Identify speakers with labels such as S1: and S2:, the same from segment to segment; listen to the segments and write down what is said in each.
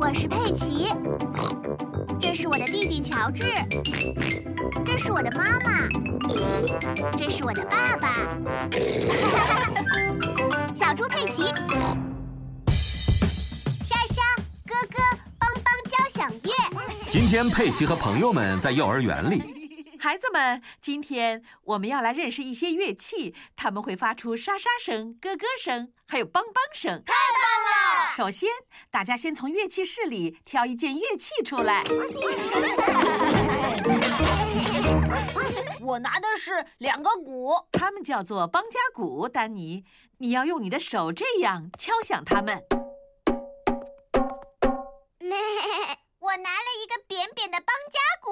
S1: 我是佩奇，这是我的弟弟乔治，这是我的妈妈，这是我的爸 爸，小猪佩奇，莎莎哥哥帮帮交响乐。
S2: 今天佩奇和朋友们在幼儿园里。
S3: 孩子们，今天我们要来认识一些乐器，它们会发出沙沙声、咯咯声，还有梆梆声。
S4: 太棒了！
S3: 首先，大家先从乐器室里挑一件乐器出来。
S4: 我拿的是两个鼓，
S3: 它们叫做梆家鼓。丹尼，你要用你的手这样敲响它们。
S1: 我拿了一个扁扁的梆家鼓。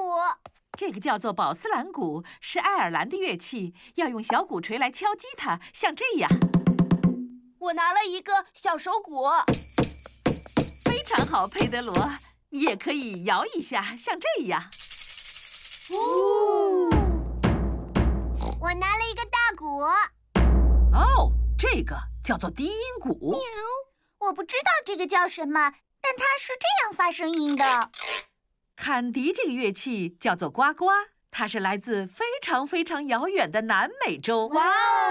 S3: 这个叫做宝斯兰鼓，是爱尔兰的乐器，要用小鼓槌来敲击它，像这样。
S4: 我拿了一个小手鼓，
S3: 非常好，佩德罗，你也可以摇一下，像这样。
S1: 哦，我拿了一个大鼓。
S3: 哦，这个叫做低音鼓。
S1: 我不知道这个叫什么，但它是这样发声音 的。哦
S3: 坎迪这个乐器叫做呱呱，它是来自非常非常遥远的南美洲。
S4: 哇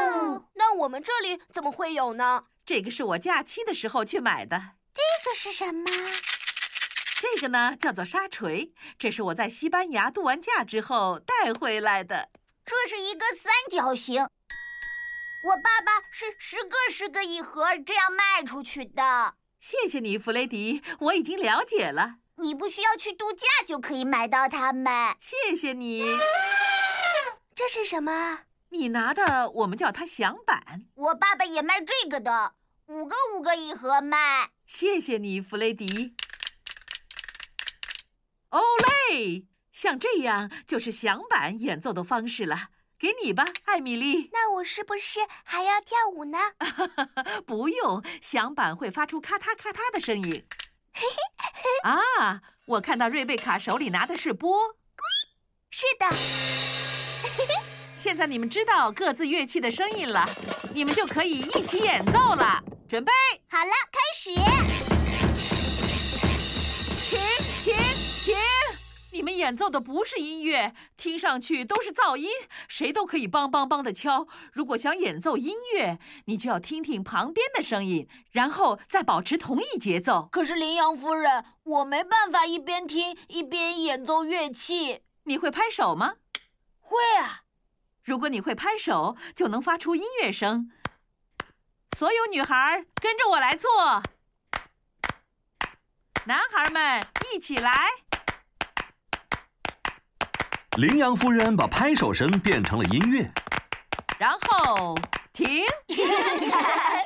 S4: 哦！那我们这里怎么会有呢？
S3: 这个是我假期的时候去买的。
S1: 这个是什么？
S3: 这个呢叫做沙锤，这是我在西班牙度完假之后带回来的。
S1: 这是一个三角形，我爸爸是十个十个一盒这样卖出去的。
S3: 谢谢你，弗雷迪，我已经了解了。
S1: 你不需要去度假就可以买到它们。
S3: 谢谢你。
S1: 这是什么？
S3: 你拿的，我们叫它响板。
S1: 我爸爸也卖这个的，五个五个一盒卖。
S3: 谢谢你，弗雷迪。哦嘞，像这样就是响板演奏的方式了。给你吧，艾米丽。
S1: 那我是不是还要跳舞呢？
S3: 不用，响板会发出咔嗒咔嗒的 声音。啊！我看到瑞贝卡手里拿的是钵。
S1: 是的。
S3: 现在你们知道各自乐器的声音了，你们就可以一起演奏了。准备
S1: 好了，开始。
S3: 停停停！你们演奏的不是音乐，听上去都是噪音。谁都可以梆梆梆的敲。如果想演奏音乐，你就要听听旁边的声音，然后再保持同一节奏。
S4: 可是羚羊夫人，我没办法一边听一边演奏乐器。
S3: 你会拍手吗？
S4: 会啊。
S3: 如果你会拍手，就能发出音乐声。所有女孩跟着我来做，男孩们一起来。
S2: 羚羊夫人把拍手声变成了音乐，
S3: 然后停。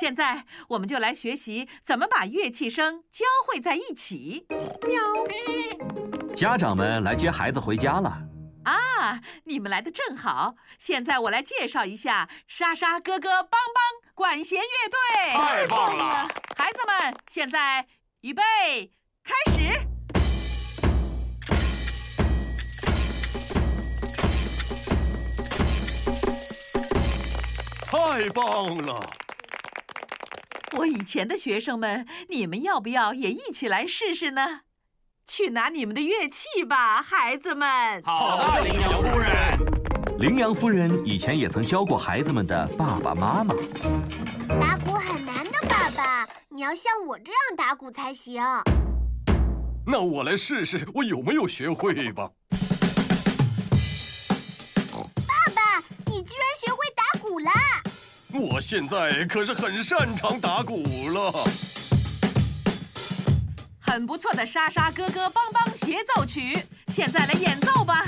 S3: 现在我们就来学习怎么把乐器声交汇在一起。喵！
S2: 家长们来接孩子回家了。
S3: 啊，你们来的正好。现在我来介绍一下莎莎哥哥帮帮管弦乐队。
S5: 太棒了！
S3: 孩子们，现在预备开始。
S5: 太棒了！
S3: 我以前的学生们，你们要不要也一起来试试呢？去拿你们的乐器吧，孩子们。
S5: 好的，羚羊夫人。
S2: 羚羊夫人以前也曾教过孩子们的爸爸妈妈。
S1: 打鼓很难的，爸爸，你要像我这样打鼓才行。
S5: 那我来试试，我有没有学会吧？
S1: 爸爸，你居然学会打鼓了！
S5: 我现在可是很擅长打鼓了。
S3: 很不错的莎莎哥哥帮帮协奏曲，现在来演奏吧。